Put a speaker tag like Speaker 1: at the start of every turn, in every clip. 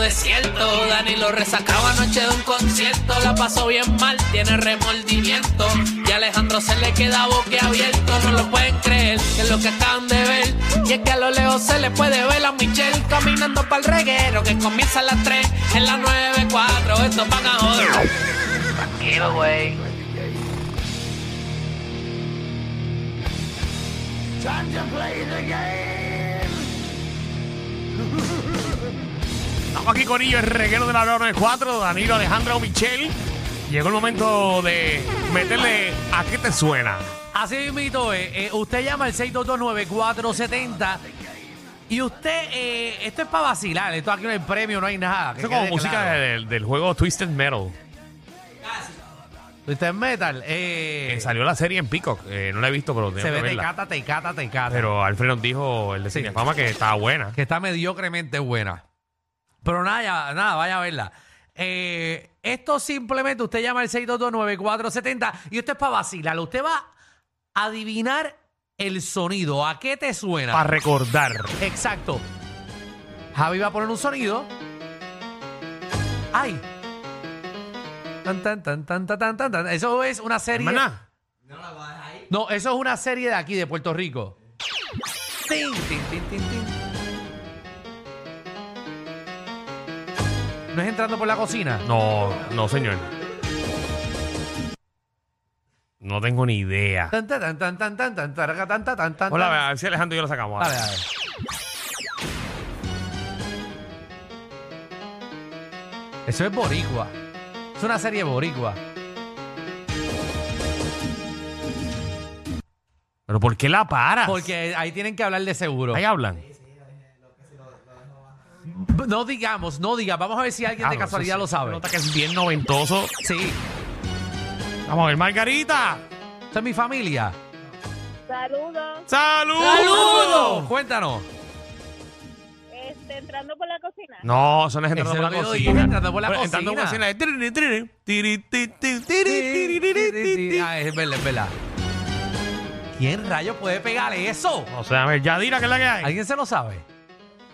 Speaker 1: desierto. Dani lo resacaba anoche de un concierto. La pasó bien mal, tiene remordimiento. Y a Alejandro se le queda boquiabierto. No lo pueden creer, que es lo que acaban de ver. Y es que a lo lejos se le puede ver a Michelle caminando para el reguero. Que comienza a las 3, en las 9, 4. Esto van a joder. Tranquilo, güey.
Speaker 2: Time to play the game.
Speaker 3: Estamos aquí con ellos, el reguero de la 994, Danilo, Alejandro, Michelle. Llegó el momento de meterle a qué te suena.
Speaker 4: Así mismito, eh, eh, usted llama al 6229470 y usted, eh, esto es para vacilar, esto aquí no hay premio, no hay nada. que
Speaker 3: Eso es como
Speaker 4: quede
Speaker 3: música
Speaker 4: claro.
Speaker 3: del, del juego Twisted Metal,
Speaker 4: Usted es metal, eh,
Speaker 3: que salió la serie en Peacock. Eh, no la he visto, pero tengo
Speaker 4: se
Speaker 3: que
Speaker 4: ve
Speaker 3: verla.
Speaker 4: tecata, tecata, tecata,
Speaker 3: Pero Alfredo nos dijo, el de
Speaker 4: Sí.
Speaker 3: Cinefama, que estaba buena.
Speaker 4: que está mediocremente buena. Pero nada, ya- nada, vaya a verla. Eh, esto simplemente, usted llama al 6229470 y esto es para vacilar, usted va a adivinar el sonido, a qué te suena.
Speaker 3: Para recordar.
Speaker 4: Exacto. Javi va a poner un sonido. ¡Ay! Tan, tan, tan, tan, tan, tan, tan, tan. Eso es una serie.
Speaker 3: Hermana,
Speaker 4: No, eso es una serie de aquí, de Puerto Rico. Tin, tin, tin, tin, tin. ¿No es entrando por la cocina?
Speaker 3: no, no, señor. No tengo ni idea.
Speaker 4: Tan, tan, tan, tan, tan, tan, tan, taraca, tan, tan, tan, tan, tan.
Speaker 3: Hola, a ver si Alejandro y yo lo sacamos.
Speaker 4: A ver, a ver. Eso es boricua. Es una serie boricua.
Speaker 3: Pero ¿por qué la paras?
Speaker 4: Porque ahí tienen que hablar de seguro.
Speaker 3: Ahí hablan.
Speaker 4: B- No digamos, no digas. Vamos a ver si alguien de
Speaker 3: Diablo,
Speaker 4: casualidad
Speaker 3: Ah, eso sí,
Speaker 4: lo sabe.
Speaker 3: Nota que es bien noventoso.
Speaker 4: Sí.
Speaker 3: Vamos a ver, Margarita.
Speaker 4: Esta es mi familia.
Speaker 5: Saludos,
Speaker 3: ¡Salud!
Speaker 4: Cuéntanos.
Speaker 5: este, entrando por la cocina.
Speaker 3: No, eso no es entrando por
Speaker 4: Eso es
Speaker 3: la
Speaker 4: lo que yo dije,
Speaker 3: cocina.
Speaker 4: entrando por la
Speaker 3: Bueno, Entrando por la
Speaker 4: cocina.
Speaker 3: cocina. es tiri, tiri, tiri, tiri, tiri, tiri, tiri, tiri, tiri.
Speaker 4: Ah, es verdad, es verdad. ¿Quién rayo puede pegarle eso?
Speaker 3: O sea, a ver, Yadira, ¿qué es la que hay?
Speaker 4: ¿Alguien se lo sabe?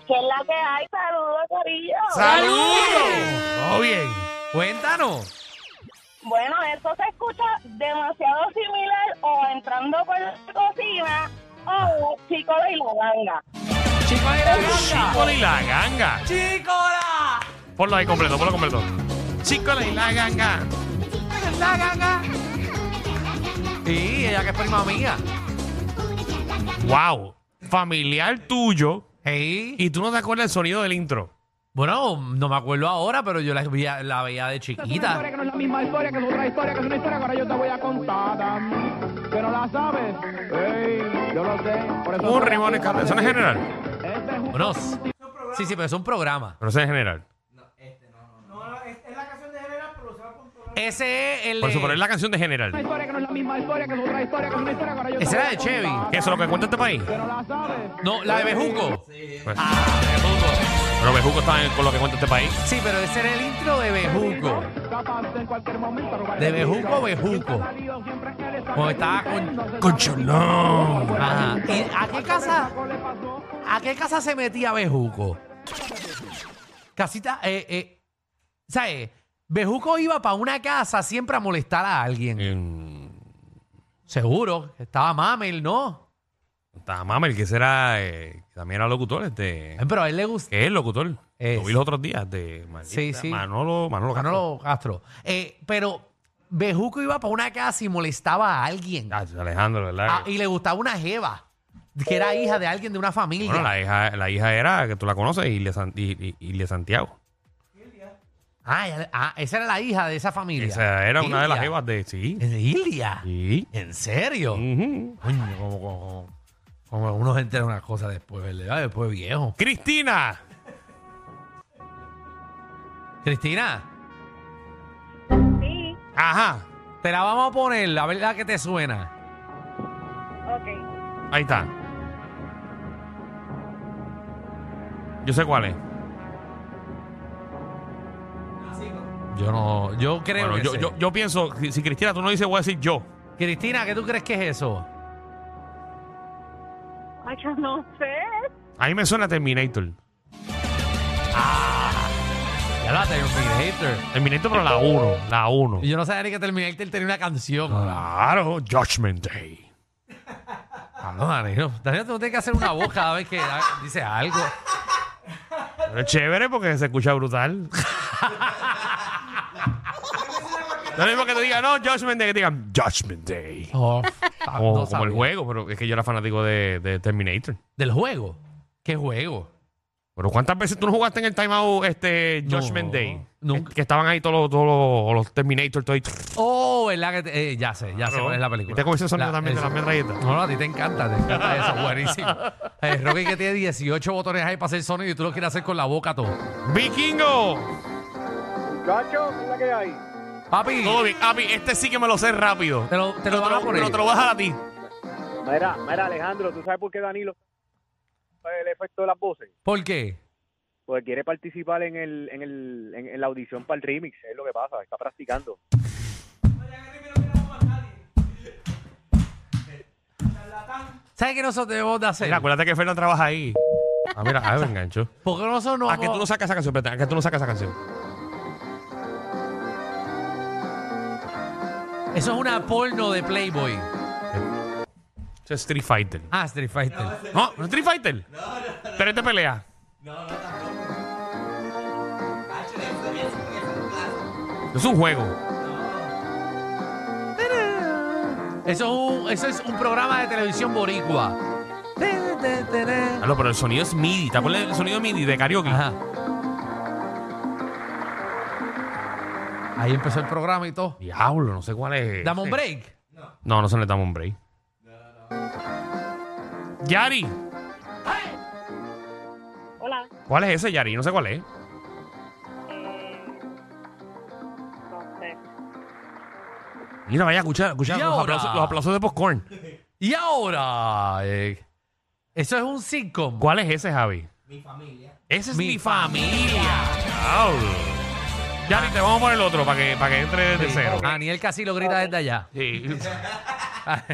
Speaker 5: ¿Qué es la que hay? Saludos, Corillo.
Speaker 3: Todo bien.
Speaker 4: Cuéntanos.
Speaker 5: Bueno, eso se escucha demasiado similar o entrando por la cocina o chico de Ilabanga.
Speaker 4: Chico de la ganga.
Speaker 3: Chicola y la ganga.
Speaker 4: Chico la-
Speaker 3: Ponlo ahí completo, ponlo completo. Chicola y la ganga.
Speaker 4: la ganga. Sí, ella que es prima mía.
Speaker 3: Wow. Familiar tuyo.
Speaker 4: Sí.
Speaker 3: Y tú no te acuerdas el sonido del intro.
Speaker 4: Bueno, no me acuerdo ahora, pero yo la veía, la veía de
Speaker 6: Esta es una historia
Speaker 4: chiquita.
Speaker 6: que no es la misma historia, que es otra historia, que es una historia que ahora yo te voy a contar. Que no la sabes. Ey, yo lo sé. Por eso
Speaker 3: Un rimón en cada- Eso no es general.
Speaker 6: Este es un-
Speaker 4: Bueno, s- sí, sí, pero es un programa.
Speaker 3: Pero eso es general.
Speaker 4: Ese es el.
Speaker 3: Por eso,
Speaker 4: de-
Speaker 3: pero es la canción de
Speaker 6: una
Speaker 3: general.
Speaker 6: historia que no es la misma historia, que es otra historia, que es una historia que ahora yo te
Speaker 4: Esa
Speaker 6: voy
Speaker 4: era
Speaker 6: a
Speaker 4: de Chevy.
Speaker 6: contar.
Speaker 3: ¿Qué es lo que cuenta este país?
Speaker 6: Que no la sabes.
Speaker 4: No, la de Bejuco.
Speaker 3: Pues,
Speaker 4: Ah, Bejuco.
Speaker 3: Pero Bejuco está en- con lo que cuenta este país.
Speaker 4: Sí, pero ese era el intro de Bejuco.
Speaker 6: Capaz de en cualquier momento robar
Speaker 4: De
Speaker 6: el
Speaker 4: bejuco a
Speaker 6: mundo.
Speaker 4: bejuco.
Speaker 6: Siempre ha salido, siempre es que le saca
Speaker 4: Como estaba
Speaker 6: el
Speaker 4: con-
Speaker 6: intento, se
Speaker 3: con
Speaker 6: sabe
Speaker 3: Cholón.
Speaker 6: todo.
Speaker 4: Ajá. ¿Y a qué casa,
Speaker 6: Algo le pasó.
Speaker 4: a qué casa se metía Bejuco? Casita, eh, eh. ¿Sabes? Bejuco iba para una casa siempre a molestar a alguien.
Speaker 3: En-
Speaker 4: Seguro. Estaba Mamel, ¿no?
Speaker 3: Está Mamel, que será. Eh, que también era locutor, este.
Speaker 4: Eh, Pero a él le gusta.
Speaker 3: Que es locutor.
Speaker 4: Es.
Speaker 3: Lo vi los otros días de Manita,
Speaker 4: Sí, sí.
Speaker 3: Manolo, Manolo Castro.
Speaker 4: Manolo Castro. Eh, pero Bejuco iba para una casa y molestaba a alguien.
Speaker 3: Ah, Alejandro, ¿verdad?
Speaker 4: Ah, y le gustaba una jeva, que era hija de alguien de una familia.
Speaker 3: bueno, la hija, la hija era, que tú la conoces, Ilia, San- I- I- Ilia Santiago.
Speaker 4: Ah, ya- ah, esa era la hija de esa familia.
Speaker 3: Esa era una de las
Speaker 4: Ilia.
Speaker 3: jevas de. Sí.
Speaker 4: ¿Es de Ilia?
Speaker 3: Sí.
Speaker 4: ¿En serio?
Speaker 3: Ujú.
Speaker 4: Coño, como, como- como uno se entera una cosa después, ¿verdad? Después viejo.
Speaker 3: Cristina.
Speaker 4: Cristina,
Speaker 5: Sí,
Speaker 3: Ajá.
Speaker 4: te la vamos a poner, a ver la que te suena.
Speaker 5: ok.
Speaker 3: Ahí está. Yo sé cuál es.
Speaker 4: Yo no, yo creo
Speaker 3: Bueno,
Speaker 4: que
Speaker 3: yo,
Speaker 4: sé.
Speaker 3: yo, yo pienso, si, si Cristina tú no dices, voy a decir yo.
Speaker 4: Cristina, ¿qué tú crees que es eso?
Speaker 5: Ay, yo no sé.
Speaker 3: A mí me suena Terminator.
Speaker 4: Ya la Terminator.
Speaker 3: Terminator, pero la 1, la 1.
Speaker 4: Y yo no sabía ni que Terminator tenía una canción.
Speaker 3: Ah. Claro, Judgment Day.
Speaker 4: Ah, no, Danilo. Danilo, tú no tienes que hacer una voz cada vez que ah, dices algo.
Speaker 3: Pero es chévere porque se escucha brutal. Lo mismo que te digan, no, Judgment Day, que te digan Judgment Day.
Speaker 4: Oh,
Speaker 3: Como,
Speaker 4: no
Speaker 3: como el
Speaker 4: sabía.
Speaker 3: juego, pero es que yo era fanático de, de Terminator.
Speaker 4: ¿Del juego? ¿Qué juego?
Speaker 3: Pero ¿cuántas veces tú no jugaste en el timeout este Judgment Day?
Speaker 4: nunca.
Speaker 3: Que estaban ahí todos los, todos los, los Terminator, todos ahí.
Speaker 4: Oh, ¿verdad? Que te- eh, ya sé, ya sé
Speaker 3: Claro.
Speaker 4: cuál es la película.
Speaker 3: ¿Viste cómo ese sonido también de
Speaker 4: eso.
Speaker 3: las metralletas?
Speaker 4: No, no, a ti te encanta, te encanta eso, buenísimo. Eh, Rocky que tiene 18 botones ahí para hacer sonido y tú lo quieres hacer con la boca todo.
Speaker 3: ¡Vikingo!
Speaker 6: Chacho, mira que hay.
Speaker 4: Papi,
Speaker 3: Todo bien, Api, este sí que me lo sé rápido.
Speaker 4: te lo, te lo van a
Speaker 3: Pero
Speaker 4: poner.
Speaker 3: pero te lo vas a dar a ti.
Speaker 6: Mira, mira, Alejandro, ¿tú sabes por qué Danilo eh, el efecto de las voces?
Speaker 4: ¿Por qué?
Speaker 6: Porque quiere participar en, el, en, el, en, en la audición para el remix, es lo que pasa, está practicando.
Speaker 4: ¿Sabes qué nosotros debemos de hacer?
Speaker 3: Mira, pues. acuérdate que Fernan trabaja ahí. Ah, mira, ah, me engancho.
Speaker 4: ¿Por qué nosotros no
Speaker 3: ¿A que tú
Speaker 4: vamos-
Speaker 3: no sacas esa canción? Espérate, ¿a que tú no sacas esa canción?
Speaker 4: Eso es una porno de Playboy.
Speaker 3: Eso es Street Fighter.
Speaker 4: Ah, Street Fighter.
Speaker 3: No, no es Street Fighter. No, no, no. Pero es de pelea. Es un juego.
Speaker 4: Eso es un, eso es un programa de televisión boricua.
Speaker 3: Claro, pero el sonido es MIDI. ¿Te acuerdas del sonido MIDI de karaoke?
Speaker 4: Ajá. Ahí empezó el programa y todo.
Speaker 3: Diablo, no sé cuál es.
Speaker 4: Dame un break.
Speaker 3: No, no se le damos un break. Yari.
Speaker 5: Hola.
Speaker 3: ¿Cuál es ese, Yari? No sé cuál es.
Speaker 5: Eh, no sé.
Speaker 3: Mira, vaya, escucha, escucha
Speaker 4: ¿Y
Speaker 3: los,
Speaker 4: ahora?
Speaker 3: aplausos, los aplausos de popcorn.
Speaker 4: Y ahora, eh, eso es un sitcom.
Speaker 3: ¿Cuál es ese, Javi? Mi familia. Ese es mi, familia. Diablo. Yari, te vamos a poner el otro para que, para que entre desde cero.
Speaker 4: Daniel casi lo grita desde allá.
Speaker 3: Sí.
Speaker 5: Está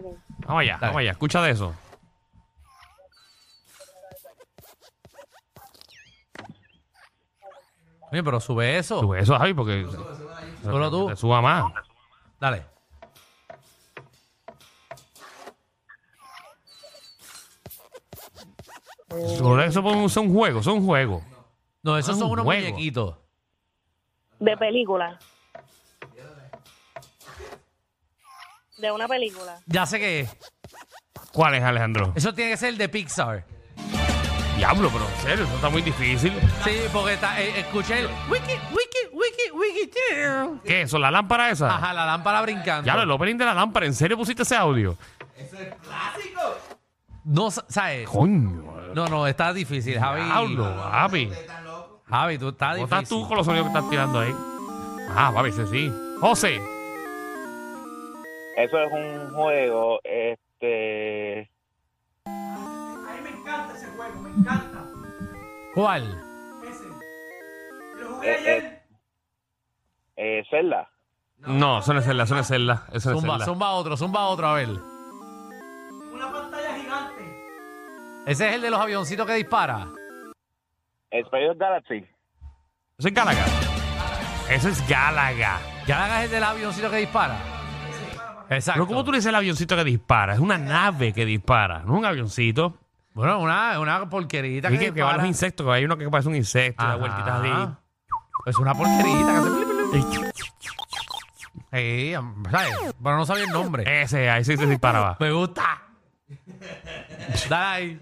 Speaker 5: bien.
Speaker 3: Vamos allá, vamos allá. Escucha de eso.
Speaker 4: Oye, pero sube eso.
Speaker 3: Sube eso, Javi, porque.
Speaker 4: Oh. Solo tú.
Speaker 3: Te suba más.
Speaker 4: Dale.
Speaker 3: Solo eso pon- son juegos, son juegos.
Speaker 4: No, esos
Speaker 3: Ah,
Speaker 4: son
Speaker 3: un
Speaker 4: unos
Speaker 3: juego.
Speaker 4: muñequitos.
Speaker 5: De película. De una película.
Speaker 4: Ya sé que es.
Speaker 3: ¿Cuál es, Alejandro?
Speaker 4: Eso tiene que ser el de Pixar.
Speaker 3: Diablo, pero en serio, eso está muy difícil.
Speaker 4: Sí, porque está, eh, escuché el wiki, wiki, wiki, wiki. tío.
Speaker 3: ¿Qué es eso? ¿La lámpara esa?
Speaker 4: Ajá, la lámpara brincando.
Speaker 3: Ya, el opening de la lámpara. ¿En serio pusiste ese audio?
Speaker 4: No, sa- ¿sabes?
Speaker 3: Coño.
Speaker 4: No, no, está difícil, Javi.
Speaker 3: Diablo, Javi.
Speaker 4: Javi, tú estás
Speaker 3: ¿Cómo
Speaker 4: difícil.
Speaker 3: estás tú con los sonidos que estás tirando ahí? Ah, papi, ese sí. José.
Speaker 7: Eso es un juego, este...
Speaker 4: ¿Cuál?
Speaker 7: eh, eh, eh, Zelda.
Speaker 3: No, eso no es celda, eso no es celda. Eso no es
Speaker 4: Zumba,
Speaker 3: celda.
Speaker 4: zumba otro, zumba otro, a ver. Una pantalla gigante. Ese es el de los avioncitos que dispara.
Speaker 7: Spider Galaxy.
Speaker 3: Eso es Galaga. Eso es Galaga.
Speaker 4: Ya hagas el del avioncito que dispara. Exacto.
Speaker 3: Pero ¿cómo tú le dices el avioncito que dispara? Es una nave que dispara, no un avioncito.
Speaker 4: Bueno, una, una porquerita que,
Speaker 3: Y que, que van
Speaker 4: dispara.
Speaker 3: los insectos, que hay uno que parece un insecto, da
Speaker 4: Ajá.
Speaker 3: vueltitas así.
Speaker 4: Es una porquerita que hace... Sí, ¿sabes? Pero no sabía el nombre.
Speaker 3: Ese, ahí sí se disparaba.
Speaker 4: Me gusta. Dale ahí.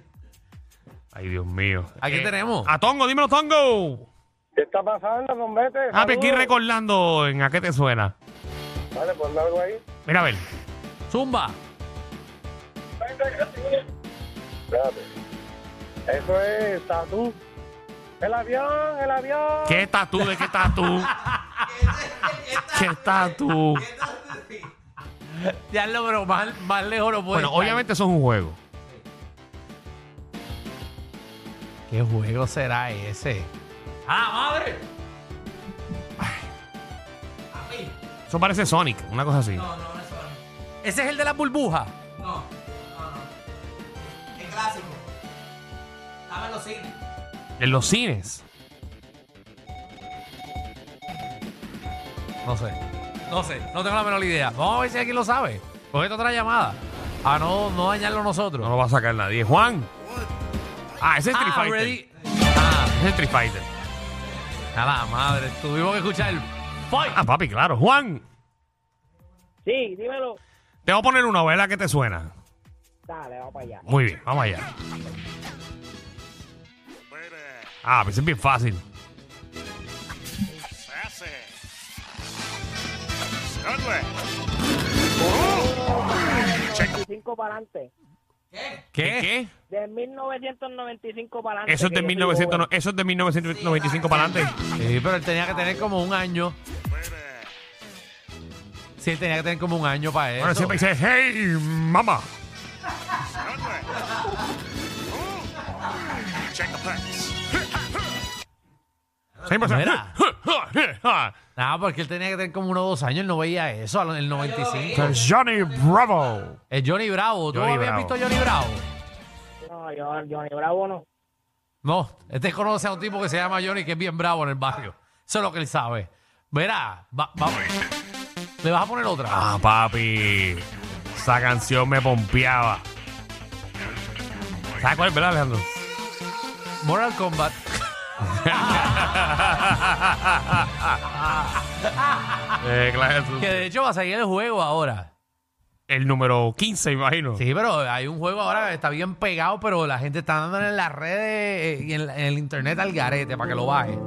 Speaker 3: Ay, Dios mío. Eh,
Speaker 4: Aquí tenemos.
Speaker 3: A Tongo, dímelo, Tongo.
Speaker 6: ¿Qué está pasando, bombete?
Speaker 3: Ah, pero aquí recordando en a qué te suena.
Speaker 6: Vale, ponle algo ahí.
Speaker 3: Mira, a ver.
Speaker 4: Zumba.
Speaker 6: Espérate. Eso es tatu. El avión, el avión.
Speaker 3: ¿Qué estás tú? ¿De qué estás tú? ¿Qué estás tú?
Speaker 4: Ya lo, pero más, más lejos no puede
Speaker 3: Bueno,
Speaker 4: estar.
Speaker 3: obviamente eso es un juego.
Speaker 4: ¿Qué juego será ese? ¡Ah, madre!
Speaker 3: Eso parece Sonic, una cosa así.
Speaker 4: ¿Ese es el de las burbujas?
Speaker 3: En los cines.
Speaker 4: No sé. No sé. No tengo la menor idea. Vamos a ver si alguien lo sabe. Cogete otra llamada. A no, no dañarlo nosotros.
Speaker 3: No lo va a sacar nadie. Juan. Ah, ese es Street
Speaker 4: Ah,
Speaker 3: Fighter.
Speaker 4: ready. Ah,
Speaker 3: Ese es Street Fighter.
Speaker 4: a la madre. Tuvimos que escuchar el fight.
Speaker 3: Ah, papi, claro. Juan,
Speaker 8: Sí, dímelo.
Speaker 3: te voy a poner una vela que te suena.
Speaker 8: Dale, vamos para allá.
Speaker 3: Muy bien, vamos allá. Ah, pues es bien fácil.
Speaker 8: para adelante.
Speaker 3: ¿Qué? ¿Qué?
Speaker 8: De 1995 para adelante.
Speaker 3: Eso es de 1900 eso es de 1995 para adelante.
Speaker 4: Sí, pero él tenía que tener como un año. Sí, él tenía que tener como un año para eso.
Speaker 3: Bueno, siempre dice, hey, mamá. Siempre dice,
Speaker 4: Mira. No, Ah, porque él tenía que tener como uno o dos años. Él no veía eso a lo- en el 95.
Speaker 3: Johnny Bravo.
Speaker 4: Es Johnny Bravo. ¿Tú
Speaker 3: Johnny
Speaker 4: habías
Speaker 3: Bravo.
Speaker 4: visto Johnny Bravo?
Speaker 8: No, yo, Johnny Bravo no.
Speaker 4: No, este conoce a un tipo que se llama Johnny que es bien bravo en el barrio. Eso es lo que él sabe. Verá, va- vamos. ¿Le vas a poner otra?
Speaker 3: Ah, papi. Esa canción me pompeaba. ¿Sabes cuál es, verdad, Alejandro?
Speaker 4: Moral Kombat.
Speaker 3: Eh, claro, eso-
Speaker 4: Que de hecho va a salir el juego ahora.
Speaker 3: El número 15, imagino.
Speaker 4: Sí, pero hay un juego ahora que está bien pegado, pero la gente está dando en las redes eh, y en, la- en el internet al garete para que lo baje.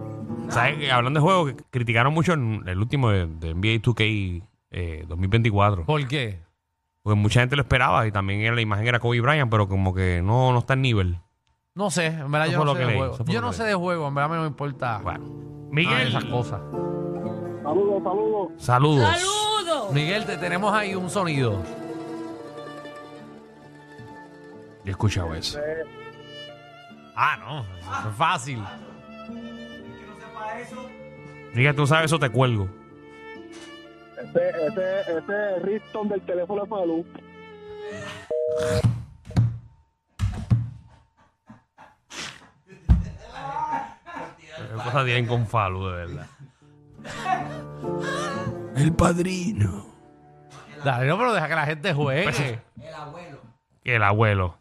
Speaker 3: ¿Sabes? que Hablando de juegos, que criticaron mucho en el último de, de NBA 2K eh, 2024.
Speaker 4: ¿Por qué?
Speaker 3: Porque mucha gente lo esperaba y también era- la imagen era Kobe Bryant, pero como que no, no está al nivel.
Speaker 4: No sé, en verdad
Speaker 3: Eso
Speaker 4: yo
Speaker 3: fue lo
Speaker 4: no sé
Speaker 3: que
Speaker 4: de
Speaker 3: leí,
Speaker 4: juego.
Speaker 3: eso fue
Speaker 4: Yo
Speaker 3: lo
Speaker 4: no
Speaker 3: que
Speaker 4: sé
Speaker 3: leí.
Speaker 4: de juego, en verdad me importa
Speaker 3: Bueno.
Speaker 4: ah,
Speaker 3: Miguel,
Speaker 4: esas cosas.
Speaker 8: Saludos, saludos.
Speaker 3: saludos.
Speaker 4: Miguel, te tenemos ahí un sonido.
Speaker 3: Yo he escuchado eso.
Speaker 4: Ah, no, eso es fácil.
Speaker 3: Miguel, tú sabes eso, te cuelgo.
Speaker 6: Ese, ese, ese Riston del teléfono de Falú.
Speaker 3: Qué cosa tienen con Falu, de verdad. El padrino.
Speaker 4: Dale, no, pero deja que la gente juegue.
Speaker 3: El abuelo.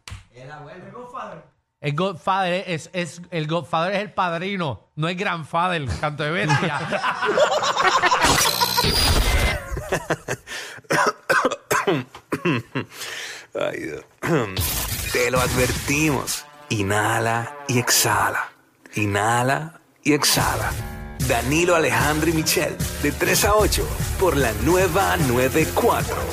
Speaker 4: El Godfather es, es- el Godfather es el padrino, no es Grandfather, canto de bestia.
Speaker 9: Ay, Dios. Te lo advertimos. Inhala y exhala. Inhala y exhala. Danilo Alejandro y Michel, de 3 a 8, por la nueva 94.